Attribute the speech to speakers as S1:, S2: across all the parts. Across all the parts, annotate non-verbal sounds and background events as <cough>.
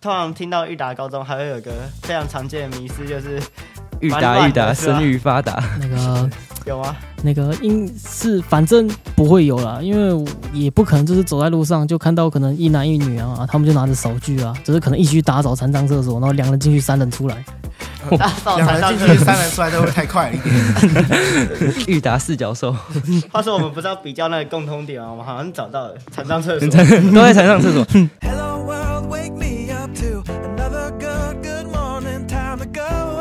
S1: 通常听到裕达高中，还会有一个非常常见的迷思，就是 <laughs>
S2: 裕
S1: 蛮乱
S2: 达
S1: 的
S2: 裕达，
S1: 是吧
S2: 生育发达， <laughs>
S3: 那个
S1: 有吗？
S3: 那个应是反正不会有啦，因为我也不可能就是走在路上就看到可能一男一女啊，他们就拿着手锯啊，只是可能一区打扫三张厕所，然后两人进去三人出来，
S1: 打扫
S4: 两
S1: 才
S4: 人
S1: 上
S4: 进去，
S1: 课。
S4: 三人出来都会太快了一点。
S2: 裕达四角兽
S1: <laughs> 话说我们不是要比较那个共通点啊吗？我们好像找到了，残障厕所。
S2: 都在船上厕所。
S5: Hello world, wake me up to another good, good morning time to go.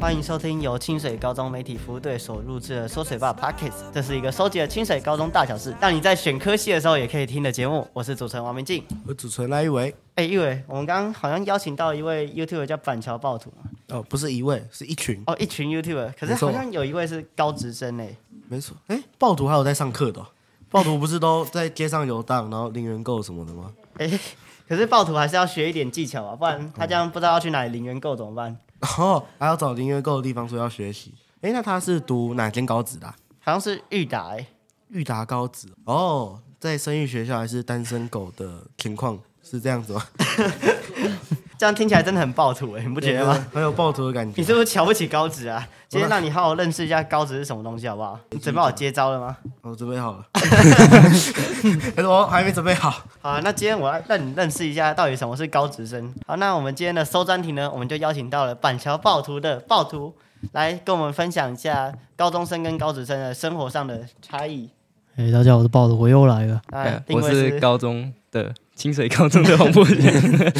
S1: 欢迎收听由清水高中媒体服务队所录制的《说水吧 Pockets》，这是一个收集了清水高中大小事，让你在选科系的时候也可以听的节目。我是主持人王明静。
S4: 我主持人那一位，
S1: 哎，一伟，我们刚刚好像邀请到一位 YouTuber 叫板桥暴徒嘛
S4: 哦，不是一位，是一群，
S1: 哦，一群 YouTuber，可是
S4: 没错
S1: 好像有一位是高职生哎，
S4: 没错。哎，暴徒还有在上课的哦、暴徒不是都在街上游荡，然后零元购什么
S1: <laughs>
S4: 的吗？
S1: 哎，可是暴徒还是要学一点技巧啊，不然他这样不知道要去哪里零元购怎么办？
S4: 然后哦还要找零元购的地方说要学习。哎，那他是读哪间高职的啊、
S1: 好像是裕达哎，
S4: 裕达高职哦，在生育学校还是单身狗的情况是这样子吗？
S1: 这样听起来真的很暴徒哎，你不
S4: 不
S1: 觉得吗？？
S4: 很有暴徒的感觉。啊
S1: 你是不是瞧不起高职啊？今天让你好好认识一下高职是什么东西好不好？你准备好接招了吗？
S4: 我哦准备好了， <laughs> 可是我还没准备好。
S1: 好、啊，那今天我来让你认识一下到底什么是高职生。好，那我们今天的收专题呢，我们就邀请到了板桥暴徒的暴徒来跟我们分享一下高中生跟高职生的生活上的差异。
S3: 哎、大家好，我是豹子，我又来了。
S1: 啊，定
S2: 哎我
S1: 位
S2: 是高中的清水高中的王博仁，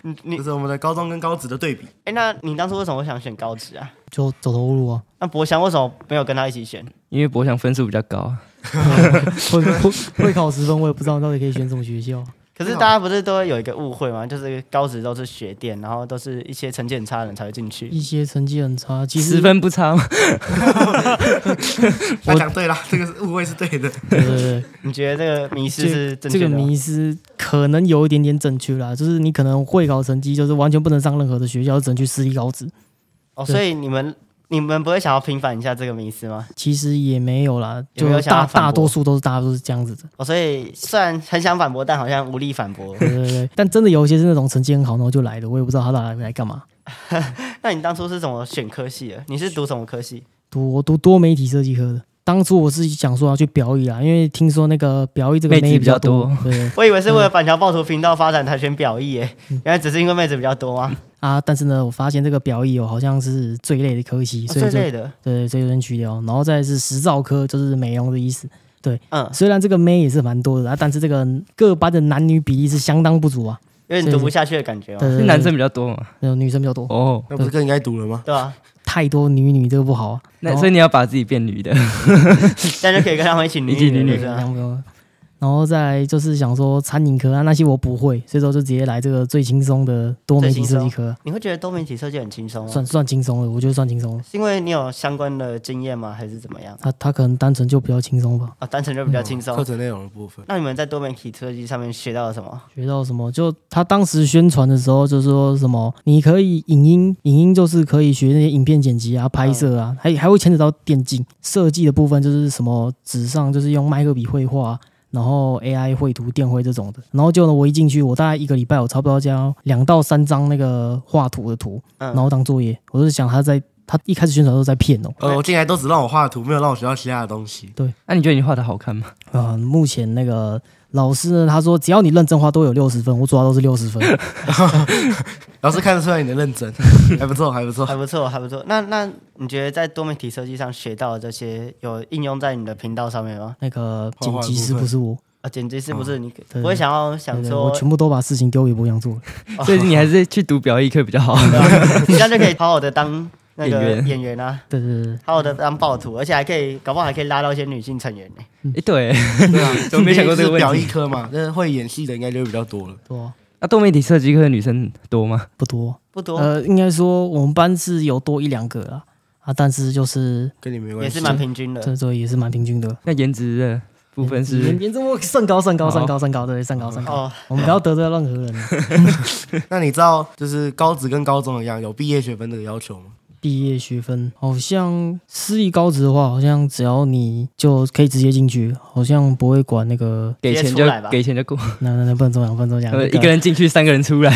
S1: 你你
S4: 这是我们的高中跟高职的对比。
S1: 哎、那你当初为什么想选高职啊？
S3: 就走投无路 <laughs> 啊，
S1: 那博翔为什么没有跟他一起选？
S2: 因为博翔分数比较高，啊
S3: 会 <laughs> 会会考十分，我也不知道到底可以选什么学校。
S1: 可是大家不是都会有一个误会吗？就是高职都是学电，然后都是一些成绩很差的人才会进去。
S3: <laughs> 一些成绩很差，其实
S2: 十分不差嘛。
S4: 他讲对了，这个是误会是对的。
S3: 对对 <laughs> 对，
S1: 你觉得这个迷失
S3: 这
S1: 是正
S3: 这
S1: 确
S3: 个
S1: 的吗？
S3: 迷思可能有一点点正确啦，就是你可能会考成绩就是完全不能上任何的学校，只能去私立高职。
S1: 哦，
S3: 对
S1: 所以你们你们不会想要平反一下这个迷失吗？
S3: 其实也没有啦，
S1: 有
S3: 就
S1: 没有想要
S3: 大
S1: 反驳
S3: 大多数都是大家都是这样子的。
S1: 哦，所以虽然很想反驳，但好像无力反
S3: <laughs>
S1: 驳。
S3: 对
S1: <laughs>
S3: 对对，但真的有一些是那种成绩很好，然后就来的，我也不知道他来来干嘛。
S1: 那你当初是怎么选科系的？你是读什么科系？
S3: 读我读多媒体设计科的，当初我是想说要去表艺啦，因为听说那个表艺这个
S2: 妹子
S3: 妹
S2: 比较
S3: 多
S2: 多，
S3: 对
S1: 我以为是为了板桥暴徒频道发展才选表意耶，
S3: 嗯
S1: 原来只是因为妹子比较多啊，
S3: 啊。但是呢，我发现这个表艺哦，好像是最累的科系，
S1: 哦
S3: 所以
S1: 这
S3: 就
S1: 类的。
S3: 对，所以先去掉。哦然后再是食造科，就是美容的意思。
S1: 嗯，
S3: 虽然这个妹也是蛮多的，啊，但是这个各班的男女比例是相当不足啊。
S1: 有点读不下去的感觉嘛，
S3: 对
S2: 是男生比较多嘛？
S3: 没有女生比较多，
S2: 哦，
S4: 那不是更应该读了吗？
S1: 对啊吧？
S3: 太多女女这个不好啊。
S2: 那
S3: 然后
S2: 所以你要把自己变女的，
S1: 这样就可以跟他们一
S3: <laughs>
S1: 起女
S2: 一起
S1: 女
S2: 女
S1: 女
S2: 女
S3: 对
S1: 生
S3: 这
S1: 啊。
S3: 样不用然后再来就是想说餐饮科啊那些我不会，所以说就直接来这个最轻松的多媒体设计科，啊
S1: 你会觉得多媒体设计很轻松吗？
S3: 算算轻松了，我觉得算轻松了。
S1: 是因为你有相关的经验吗？还是怎么样？
S3: 他他可能单纯就比较轻松吧，
S1: 啊，单纯就比较轻松
S4: 课。程内容的部分，
S1: 那你们在多媒体设计上面学到了什么？
S3: 学到什么就他当时宣传的时候就说什么你可以影音，影音就是可以学那些影片剪辑啊、拍摄
S4: 嗯
S3: 啊，还还会牵扯到电竞设计的部分，就是什么纸上就是用麦克笔绘画。然后 AI 绘图、电绘这种的，然后就呢，我一进去，我大概一个礼拜，我差不多交两到三张那个画图的图，
S1: 嗯
S3: 然后当作业。我就想他在他一开始宣传都在骗哦，
S4: 呃，我进来都只让我画图，没有让我学到其他的东 <laughs> 西。
S2: 那啊你觉得你画的好看吗？
S4: 嗯
S3: 啊、目前那个老师呢，他说只要你认真画都有六十分，我主要都是六十
S4: <laughs>
S3: 分。
S4: 老师看得出来你的认 <laughs> 真，还不错，还不错
S1: 还。不错，还不错。那那你觉得在多媒体设计上学到的这些，有应用在你的频道上面吗？
S3: 那个
S4: 画画
S3: 剪辑
S4: 的部
S3: 师不
S4: 分
S3: 是我，
S1: 啊，剪辑是不是你
S3: 对
S1: 不会想要想
S3: 对对
S1: 说
S3: 我，全部都把事情丢给博洋
S1: <laughs>
S3: 做了。
S1: 哦
S2: 所以你还是去读表艺课比较好。
S1: <laughs> 你这样就可以好好的当那个
S2: 演员
S1: 演员啊，
S3: 对对对，
S1: 好好的当暴徒，而且还可以，搞不好还可以拉到一些女性成员呢。
S2: 哎，对， <laughs>
S4: 对啊， <laughs>
S2: 怎么没想过这个问题
S4: 毕竟是表艺科嘛，但是会演戏的应该就会比较多了。
S3: 多
S2: 那多媒体设计课的女生多吗？
S3: 不多？
S1: 不多，
S3: 呃，应该说我们班是有多一两个啦，啊，但是就是
S4: 跟你没关系，
S1: 也是蛮平均的。
S3: 这这也是蛮平均的。
S2: 那颜值的部分是
S3: 颜颜值我算高算高算
S2: 好
S3: 高算高，对，算高算高。
S1: 哦，
S3: 我们不要得罪任何人。
S4: 那你知道就是高职跟高中一样有毕业学分的要求吗？
S3: 毕业学分，好像私立高职的话，好像只要你就可以直接进去，好像不会管
S1: <laughs>
S3: 那个
S2: 给钱
S1: 出
S2: 就
S1: 来吧
S2: 给钱就过，
S3: 那那那不能这么讲，不能这么讲，
S2: 呃一个人进去，三个人出来。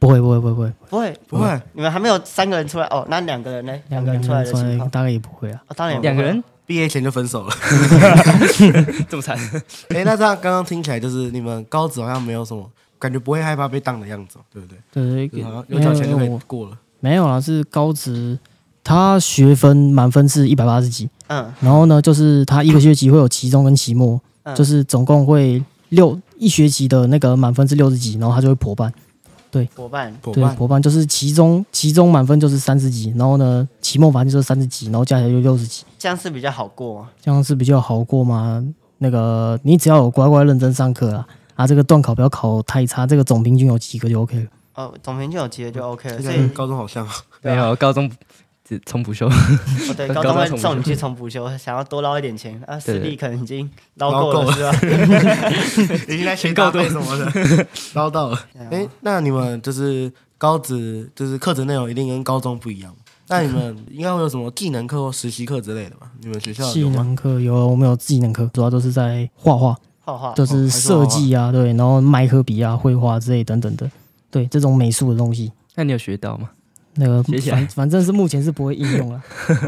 S3: 不会不会不会不会，
S1: 不会，
S4: 不会，
S1: 你们还没有三个人出来哦，那两个人呢？两个人出来的情况，
S3: 大概也不会啊。
S1: 哦当然也不会
S2: 两个人
S4: 毕业前就分手了。
S2: 这么惨，
S4: <laughs>
S2: <laughs>
S4: 哎、那这样刚刚听起来就是你们高职好像没有什么感觉，不会害怕被当的样子哦，对不对？
S3: 对
S4: 就
S3: 对
S4: 是好像，有缴钱就可以
S3: 我
S4: 过了。
S3: 没有啦，是高职，他学分满分是一百八十几，
S1: 嗯，
S3: 然后呢，就是他一个学期会有期中跟期末，
S1: 嗯
S3: 就是总共会六一学期的那个满分是六十几，然后他就会破半。
S1: 伙伴，
S4: 伙
S3: 对，
S4: 伴，
S3: 破半就是期中期中满分就是三十几，然后呢，期末反正就是三十几，然后加起来就六十几，
S1: 这样是比较好过吗。
S3: 这样是比较好过吗？那个你只要有乖乖认真上课啦，啊，这个段考不要考太差，这个总平均有及格就 OK 了。
S1: 哦，总平均有及格就 OK 了，
S4: 这
S1: 所
S4: 个
S1: 以
S4: 跟高中好像啊，
S2: 没有高中只冲不休，
S1: 哦对高
S2: 高
S1: 中会
S2: 中
S1: 送你
S2: 重
S1: 去重补修，想要多捞一点钱啊，私
S2: 对
S1: 立可能已经捞
S4: 捞
S1: 够
S4: 够
S1: 了是吧？
S4: 已经在学搭配什么的，捞到了。哎、那你们就是高职，就是课程内容一定跟高中不一样。那你们应该会有什么技能课或实习课之类的吧？你们学校
S3: 技
S4: 有啊
S3: <laughs>
S4: 吗？
S3: 能课有，我们有技能课，主要都是在画画，
S1: 画画
S3: 就
S4: 哦
S3: 是
S4: 还是画
S3: 设
S4: 画
S3: 计啊，对，然后麦克笔啊、绘画之类等等的，对，这种美术的东西。
S2: 那你有学到吗？
S3: 那个
S2: 学起来
S3: 反反正是目前是不会应用了。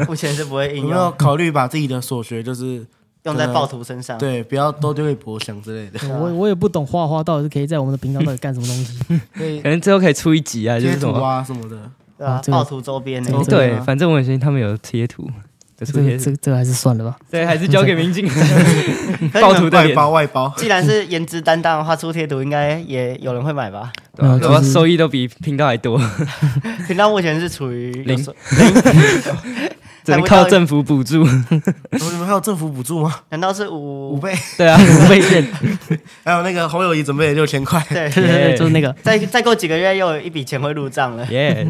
S1: 目前是不会应
S4: 有没有
S1: 用
S4: 考虑把自己的所学，就是
S1: 用在
S4: 可能
S1: 暴徒身上。
S4: 对，不要都丢给博翔
S3: <laughs>
S4: 之类的，
S1: 对啊
S3: 我我也不懂画画到底是可以在我们的频道到底干什么东西。
S4: 可以
S2: 可能最后可以出一集啊，就
S4: 贴
S2: 是什
S4: 图
S2: 么？
S4: 啊什么的。
S1: 对啊
S3: 哦，这个
S1: 暴徒周边呢
S3: 这，个啊
S2: 对，反正我相信他们有贴图，有出
S3: 这
S2: 贴
S3: 个
S2: 图
S3: 这，个这个还是算了吧。
S2: 对，还是交给民
S3: <laughs>
S2: 警。
S1: 可
S2: 暴
S1: 你
S2: 徒
S1: 们
S2: 的
S4: 外
S2: 脸，
S4: 包外包，
S1: 既然是颜值担当的话，出贴图应该也有人会买吧？
S2: 对吧
S3: 嗯就
S2: 然后
S3: 是
S2: 啊收益都比频道还多，
S1: 频道目前是处于有
S2: 零
S1: 时候
S2: 只能靠政府补助。
S4: 哦你们还有政府补助吗？ <laughs>
S1: 难道是五
S4: 五倍，
S2: 对
S3: <laughs>
S2: 啊，五倍券，
S4: 还有那个侯友谊准备的六千块。
S1: 对，
S3: 对对对，就是那个
S1: 再再过几个月又有一笔钱会入账了。
S3: <laughs>
S2: 耶！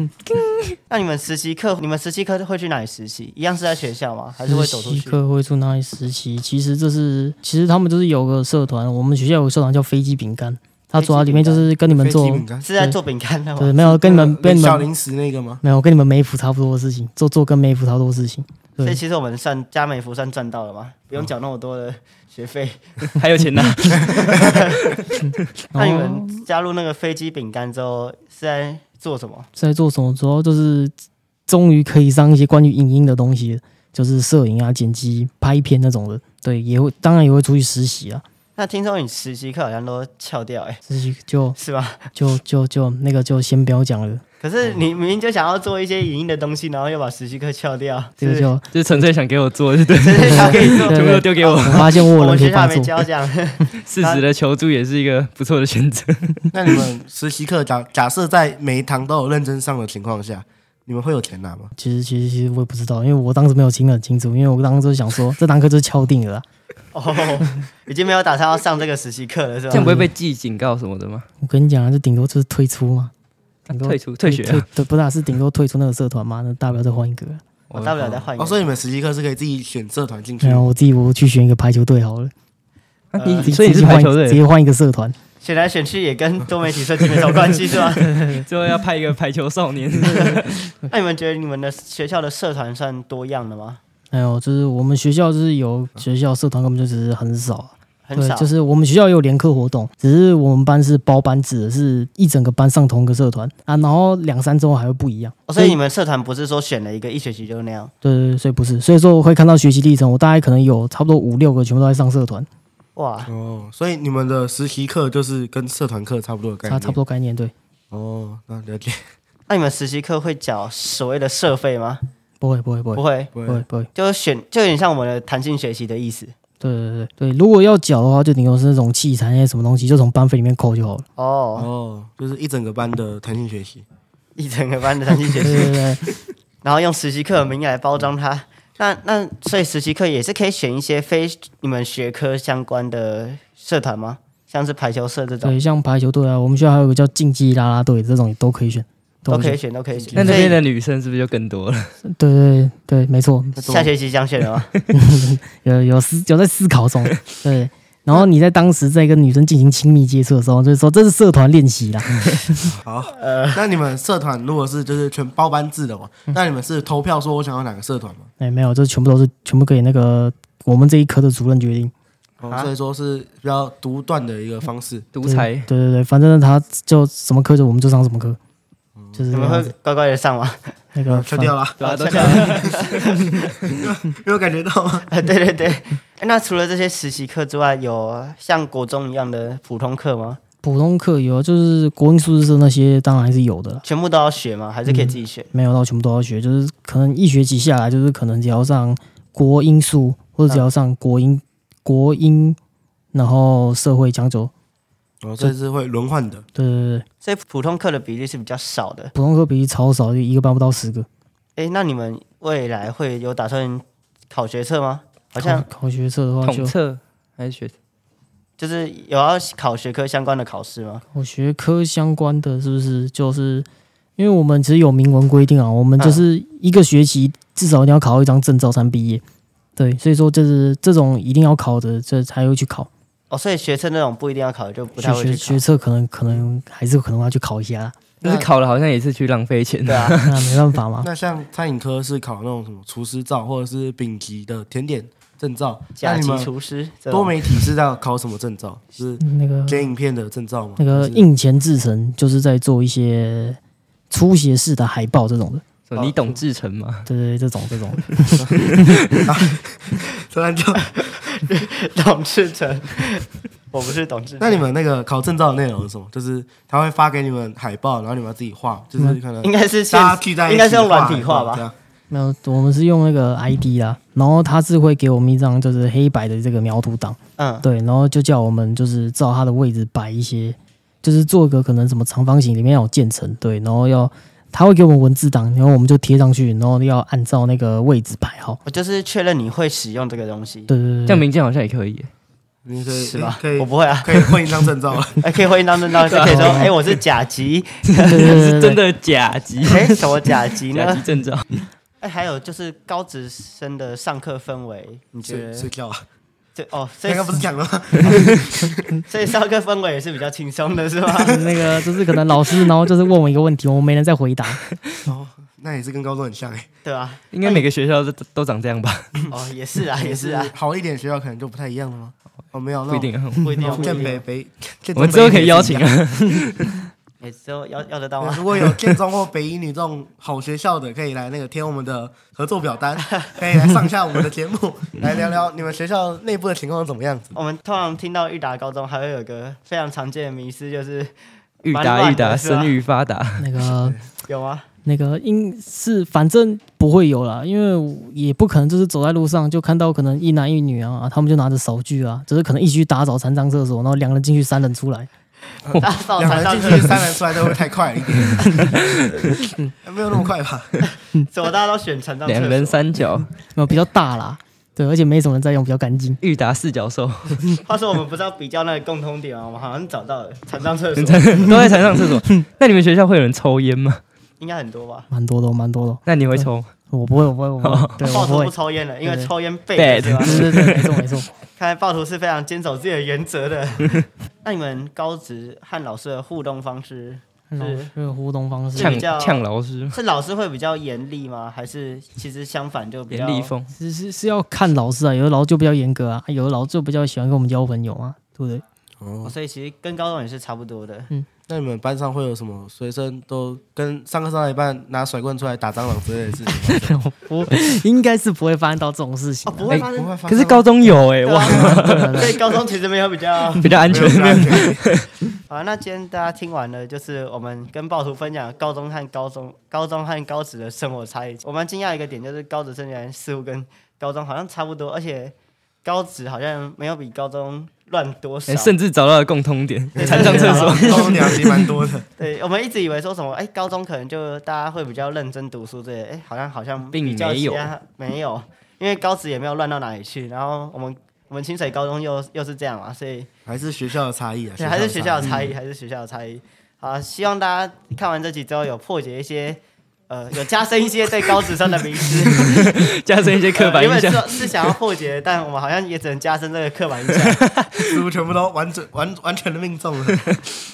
S1: 那你们实习课，你们实习课会去哪里实习？一样是在学校吗？还是会
S3: 实
S1: 走出
S3: 习
S1: 去？
S3: 课会出那里实习。其实这是其实他们就是有个社团，我们学校有个社团叫飞机饼干，他主要里面就是跟你们
S4: 飞
S3: 做
S4: 机饼干，
S1: 是在做饼干哦的
S3: 对
S1: 吗？
S3: 没有跟你们跟你
S4: 小
S3: 们
S4: 零食那
S3: <laughs>
S4: 个吗？
S3: 没有跟你们美孚差不多的事情，做做跟美孚差不多的事情。
S1: 所以
S3: 对
S1: 其实我们算加美福算赚到了嘛，不用缴那么多的学费。
S2: 还有钱拿，
S1: 那你
S3: 然后
S1: 们加入那个飞机饼干之后是在做什么？
S3: 在做什么？主要就是终于可以上一些关于影音的东西了，就是摄影啊、剪辑、拍片那种的。对，也会当然也会出去实习啊，
S1: 那听说你实习课好像都翘掉哎、欸
S3: 实习就是
S1: 吧？
S3: 就就就那个就先不要讲了，
S1: 可是你明明就想要做一些影音的东西，然后又把实习课翘掉，
S3: 这个
S1: <laughs> 是不是
S3: 就
S2: 就是纯粹想给我做，就对，
S1: 真的想给你做
S3: 对。
S2: 全部都丢给我。
S3: 我发现 <laughs> 我有
S1: 我
S3: 人
S1: 们
S3: 可
S1: 学
S3: 以
S1: 校还
S3: 帮
S1: 没
S3: 助。
S1: 教这样， <laughs>
S2: 适时的求助也是一个不错的选择。
S3: 啊
S4: 那你们实习课假假设在每一堂都有认真上的情况下，你们会有钱拿吗？
S3: 其实其实其实我也不知道，因为我当时没有听得很清楚，因为我当时就想说这堂课就是敲定了啊啦，
S1: 哦，已经没有打算要上这个实习课了，是
S2: 这样
S1: 吧？
S2: 不会被记警告什么的吗？
S3: 我跟你讲啊，就顶多就是退出嘛，顶多
S2: 退出退学啊嗯
S3: 退对不大是顶多退出那个社团嘛，那大不了再换一个啊。
S1: 我大不了再换一个。
S4: 哦，所以你们实习课是可以自己选社团进去
S3: 没
S4: 的。
S3: 有，我自己我去选一个排球队好了，
S2: 啊
S1: 呃
S2: 你
S3: 自己
S2: 所以你
S3: 自
S2: 是
S3: 己
S2: 排
S3: 换
S2: 球
S3: 直
S2: 队，
S3: 接换一个社团。
S1: 选来选去也跟多媒体设计没什么关系，是吧？ <laughs>
S2: 最后要派一个排球少
S3: <laughs>
S2: 年。
S1: 那你们觉得你们的学校的社团算多样的吗？
S3: 没有，哎就是我们学校就是有学校社团，根本就只是很少啊，
S1: 很少，
S3: 对，就是我们学校也有联课活动，只是我们班是包班制的，是一整个班上同一个社团啊，然后两三周还会不一样。
S1: 哦所以你们社团不是说选了一个一学期就那样？
S3: 对对对，所以不是，所以说我会看到学习历程，我大概可能有差不多五六个全部都在上社团，
S1: 哇，
S4: 哦，所以你们的实习课就是跟社团课差不多的概
S3: 差
S4: 念。
S3: 差不多概念对，
S4: 多。哦，那了解。
S1: 那你们实习课会缴所谓的社费吗？
S3: 不会不会不会
S1: 不会，
S4: 不
S3: 不
S4: 会
S3: 会，不会，
S1: 就是选就有点像我们的弹性学习的意思。
S3: 对对对对，如果要缴的话，就顶多是那种器材那些什么东西，就从班费里面扣就好了。
S1: 哦，
S3: 啊
S4: 哦，就是一整个班的弹性
S3: <laughs>
S4: 学习。
S1: 一整个班的弹性学
S3: 对
S1: 习， <laughs>
S3: 对对对，
S1: 然后用实习课的名义来包装它。那那所以实习课也是可以选一些非你们学科相关的社团吗？像是排球社这种
S3: 对，像排球队啊，我们学校还有个叫竞技啦啦队，这种也都可以选，
S1: 都可以
S3: 选。
S1: 选，都可以选。
S2: 那那
S1: 所以
S2: 边的女生是不是就更多了？
S3: 对对对，没错，
S1: <laughs> 下学期想选了吗？
S3: 有有思有在思考中。对，然后你在当时在跟女生进行亲密接触的时候，就是说这是社团练习啦。
S4: 好，
S3: 呃
S4: 那你们社团如果是就是全包班制的嘛，
S3: 嗯
S4: 那你们是投票说我想要哪个社团吗？
S3: 哎、没有，这全部都是全部给那个我们这一科的主任决定。
S4: 哦，
S1: 啊
S4: 所以说是比较独断的一个
S3: <laughs>
S4: 方式。
S2: 独
S3: 对
S2: 裁
S3: 对对对，反正他就什么课就我们就上什么课，
S2: 嗯
S3: 就是
S1: 你
S3: 这个
S1: 们
S3: 样
S1: 会
S3: 子
S1: 乖乖的上吗？
S3: 那个
S4: 撤掉了，
S2: 对吧？啊都
S1: 好
S2: 这样
S4: 你有感觉到
S3: <laughs>
S4: 吗？
S1: 啊， <laughs> 对对对。哎那除了这些实习课之外，有像国中一样的普通课吗？
S3: 普通课有，就是国英数字社那些当然还是有的啦，
S1: 全部都要学吗？还是可
S4: 嗯
S1: 以自己选？
S3: 没有到全部都要学，就是可能一学期下来，就是可能只要上国英数，或者只要上国英、国英，然后社会讲究，
S4: 哦，所以是会轮换的。
S3: 对对对，
S1: 所以普通课的比例是比较少的。
S3: 普通课比例超少，就一个班不到十个。
S1: 哎，那你们未来会有打算考学测吗？好像
S3: 考考学测的话就
S2: 统测还是学
S1: 就是有要考学科相关的考试吗？
S3: 我学科相关的是不是就是因为我们其实有明文规定啊，我们就是
S1: 嗯
S3: 一个学期至少一定要考一张证照才能毕业。对，所以说就是这种一定要考的，这才会去考。
S1: 哦，所以学测那种不一定要考，就不
S3: 学
S1: 太会
S3: 学
S1: 去
S3: 学
S1: 考。
S3: 测可能可能还是可能要去考
S1: <laughs>
S3: 一下啦，
S2: 就是考了好像也是去浪费钱
S1: 对
S2: 的。
S1: 啊，
S3: 那没办法嘛。
S4: 那像餐饮科是考那种什么厨师照或者是丙级的甜点证照，那
S1: 甲
S4: 你
S1: 级
S4: 们
S1: 厨师这
S4: 多
S1: 种
S4: 媒体是要考什么
S3: <laughs>
S4: 证照？是
S3: 那个
S4: 剪影片的证照吗？
S3: 那个
S4: 还是
S3: 印前制成就是在做一些出斜式的海报这种的，
S2: 什么你懂制成吗？
S3: 对对对，这种这种的。
S2: <laughs>
S4: 突然就，
S1: <laughs> 董志成，我不是董志
S4: 那
S1: 成，
S4: 你们那个考证照的内容是什么？就是他会发给你们海报，然后你们要自己画，就是可能
S1: 应该是现
S4: 大家聚在一起
S1: 应该是用软体画
S4: 这样
S1: 吧？
S3: 没有，我们是用那个 ID 啦，然后他是会给我们一张就是黑白的这个描图档。
S1: 嗯，
S3: 对，然后就叫我们就是照它的位置摆一些，就是做个可能什么长方形，里面要有渐层，对，然后要他会给我们文字档，然后我们就贴上去，然后要按照那个位置排好。
S1: 我就是确认你会使用这个东西，
S3: 对对
S2: 这
S3: 对
S2: 样
S3: 对，
S2: 民间好像也可以耶，
S4: 你可以
S1: 是吧
S4: 可以？啊
S1: 我不会啊，
S4: 可以混一张证照啊
S1: <laughs>
S4: 了。
S1: 哎，可以会当真当，就可以说，哎，我是甲级，
S3: 对对对
S2: 是
S3: 对
S2: 真的甲 <laughs> 级
S1: 哎，什么甲级
S2: 甲级
S1: 呢？
S2: 证照。
S1: 哎，还有就是高职生的上课氛围，你觉
S4: 睡
S1: 得
S4: 睡觉啊？
S1: 这哦，所以
S4: 刚刚不是讲了吗？
S1: 所以上课氛围也是比较轻松的，是
S4: <laughs>
S1: 吗？
S3: 对 <laughs> 那个就是可能老师，然后就是问我一个问题，我们没人在回答。
S4: 哦，那也是跟高中很像哎。
S1: 对吧？
S2: <laughs> 应该每个学校都都长这样吧？
S1: 哦，也是啊，也是啊，，
S4: 好一点学校可能就不太一样了吗？哦，没有，那
S2: 不一定啊。
S1: 不一定
S4: 种。
S1: 哦。
S4: 建北北，建
S2: 我们之后可以邀请
S4: 中北一
S2: 啊，
S1: 哎，之后要要得到
S4: 女
S1: 吗？
S4: 如果有建中或北一女这种好学校的，可以来那个填我们的合作
S1: <laughs>
S4: 表单，可以来上一下我们的节目， <laughs> 来聊聊你们学校内部的情况是怎么样子。
S1: 我们通常听到裕达高中还会有一个非常常见的迷思，就是
S2: 裕
S1: 蛮乱
S2: 达
S1: 的
S2: 裕达
S1: 是吧
S2: 生育发达，
S3: 那个
S1: 有吗？
S3: 那个应是反正不会有啦，因为也不可能就是走在路上就看到可能一男一女啊，他们就拿着扫具啊，就是可能一起去打扫三上厕所，然后两人进去，三人出来。
S1: 大扫
S4: 哦两
S1: 才
S4: 人
S1: 上
S4: 进去，
S1: 课，
S4: 三人出来都会太快了一点，
S1: <laughs>
S4: 没有那么快吧？
S1: 怎么大家都选成上
S2: 两
S1: 厕
S2: 人
S1: 所？
S2: 三 <laughs> 角，
S3: 没有比较大啦，对，而且没什么人在用，比较干净。
S2: 裕达四角兽，
S1: 话说我们不是要比较那个共通点吗？我们好像找到了，成上厕所
S2: 都在船上厕所。 <laughs> 那你们学校会有人抽烟吗？
S1: 应该很多吧？
S3: 蛮多的哦，蛮多的哦。
S2: 那你会抽吗？
S3: 我不会，我不会，我不会，对，
S1: 暴
S3: 我不
S1: 徒啊
S3: 会
S1: 不。抽烟了，因为
S3: 对对
S1: 抽烟背着是吧？
S3: 对对对，没错没错。
S1: 看来暴徒是非常坚守自己的原则的。那你们高职和老师的互动方式
S3: 老师的互动方式
S1: 这个
S2: 呛
S1: 比较
S2: 呛老师吗，
S1: 是老师会比较严厉吗？还是其实相反就比较
S2: 严立峰，
S3: 是是是要看老师啊，有的老师就比较严格啊，有的老师就比较喜欢跟我们交朋友啊，对不对？
S1: 哦
S4: 哦，
S1: 所以其实跟高中也是差不多的。
S4: 那你们班上会有什么随身都跟上课上到一半拿甩棍出来打蟑螂之类的事情？
S3: 不，应该是不会发生到这种事情
S1: 哦，<laughs>
S3: 啊。
S1: 不会发
S4: 哎不
S1: 生。
S4: 会发生吗
S2: 可是高中有哎，
S1: 对
S2: 哇，
S1: 啊所以高中其实没有比较
S2: 比较安全。
S4: 没有没有
S1: 好，那今天大家听完了，就是我们跟暴徒分享高中和高中、高中和高职的生活差异。我蛮惊讶一个点，就是高职生源似乎跟高中好像差不多，而且高职好像没有比高中乱多少
S2: <laughs> 哎。甚至找到了共通点，缠上厕 <laughs> 所。
S4: 高中两级蛮多的，
S1: 对，我们一直以为说什么，哎、高中可能就大家会比较认真读书这些，哎、好像好像
S2: 并
S1: 比较
S2: 没有
S1: 其他，没有，因为高职也没有乱到哪里去。然后我们我们清水高中又又是这样嘛，所以
S4: 还是学校的差异啊，
S1: 对，还是学校
S4: 的
S1: 的
S4: 差异
S1: 差异，还是学校的差异。好，希望大家看完这集之后有破解一些呃有加深一些对高职生的迷思，
S2: 加深一些 <laughs> 刻板
S1: 因为
S2: 印象
S1: 是。是想要破解，但我们好像也只能加深这个刻板印象。
S4: 似乎全部都完整完完全的命中
S1: <laughs>
S4: 了。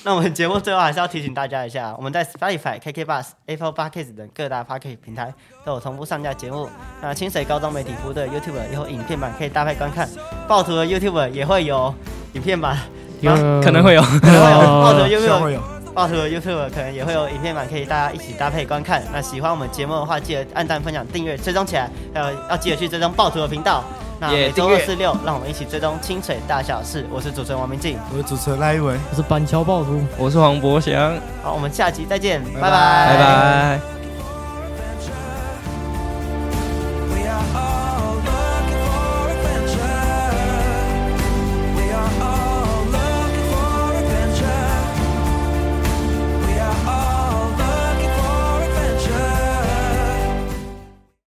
S1: 那我们节目最后还是要提醒大家一下，我们在 Spotify、KK Bus、Apple Podcast 等各大 Podcast 平台都有同步上架节目。那清水高中媒体服务的 YouTube 也有影片版可以搭配观看，暴徒的 YouTube 也会有影片版，
S3: 有
S2: 可能会有，
S1: 暴徒的
S4: 希望
S1: YouTube
S4: 会有。
S1: 暴徒的 YouTube 可能也会有影片版，可以大家一起搭配观看。那喜欢我们节目的话，记得按赞、分享、订阅、追踪起来，还有要记得去追踪暴徒的频道。那
S2: 也
S1: 每周
S2: 订
S1: 二
S2: 阅
S1: 四六，让我们一起追踪清水大小事。我是主持人王明静，
S4: 我是主持人赖一伟。
S3: 我是板桥暴徒。
S2: 我是黄博翔，
S1: 好，我们下期再见，
S4: 拜
S1: 拜
S2: 拜
S4: 拜
S2: 拜。